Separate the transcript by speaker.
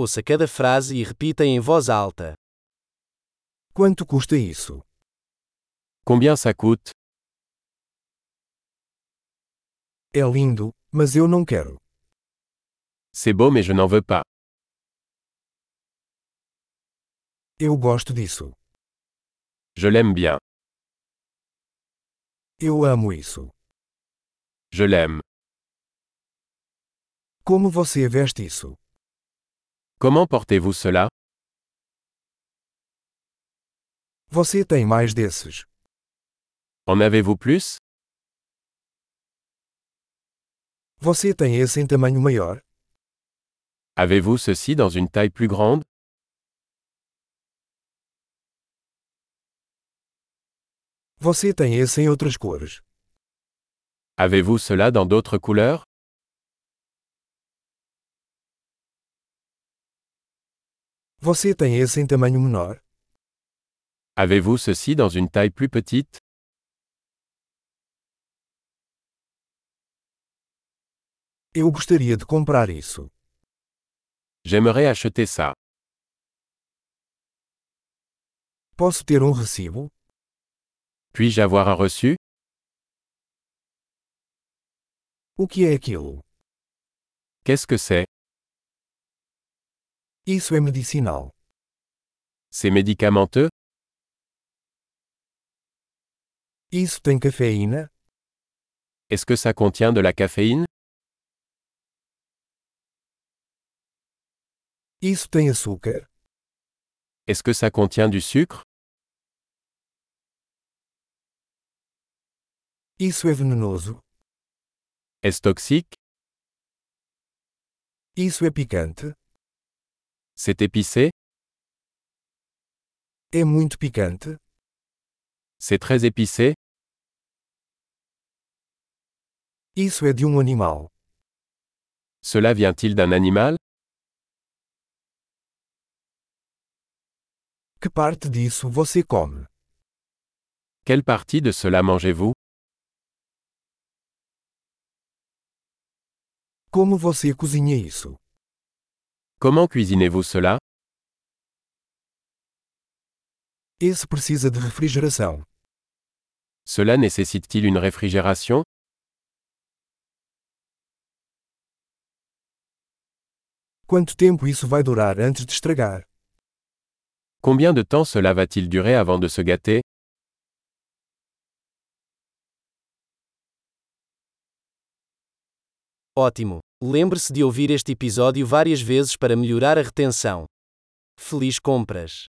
Speaker 1: Ouça cada frase e repita em voz alta.
Speaker 2: Quanto custa isso?
Speaker 3: Combien ça coûte
Speaker 2: É lindo, mas eu não quero.
Speaker 3: C'est beau mais je n'en veux pas.
Speaker 2: Eu gosto disso.
Speaker 3: Je l'aime bien.
Speaker 2: Eu amo isso.
Speaker 3: Je l'aime.
Speaker 2: Como você veste isso?
Speaker 3: Comment portez-vous cela
Speaker 2: Você tem mais desses.
Speaker 3: En avez-vous plus
Speaker 2: Você tem esse em tamanho maior?
Speaker 3: Avez-vous ceci dans une taille plus grande
Speaker 2: Você tem esse em outras cores?
Speaker 3: Avez-vous cela dans d'autres couleurs
Speaker 2: Você tem esse em tamanho menor?
Speaker 3: Avez-vous ceci dans une taille plus petite
Speaker 2: Eu gostaria de comprar isso.
Speaker 3: J'aimerais acheter ça.
Speaker 2: Posso ter um recibo?
Speaker 3: Puis-je avoir un reçu
Speaker 2: O que é aquilo?
Speaker 3: Qu'est-ce que c'est
Speaker 2: Isso é medicinal.
Speaker 3: C'est médicamenteux
Speaker 2: Isso tem cafeína?
Speaker 3: Est-ce que ça contient de la caféine
Speaker 2: Isso tem açúcar?
Speaker 3: Est-ce que ça contient du sucre
Speaker 2: Isso é venenoso?
Speaker 3: Est-ce toxique
Speaker 2: Isso é picante?
Speaker 3: C'est épicé
Speaker 2: É muito picante?
Speaker 3: C'est très épicé
Speaker 2: Isso é de um animal.
Speaker 3: Cela vient-il d'un animal
Speaker 2: Que parte disso você come?
Speaker 3: Quelle partie de cela mangez-vous
Speaker 2: Como você cozinha isso?
Speaker 3: Comment cuisinez-vous cela
Speaker 2: Esse precisa de refrigeração.
Speaker 3: Cela nécessite-t-il une réfrigération
Speaker 2: Quanto tempo isso vai durar antes de estragar?
Speaker 3: Combien de temps cela va-t-il durer avant de se gâter
Speaker 1: Ótimo! Lembre-se de ouvir este episódio várias vezes para melhorar a retenção. Feliz compras!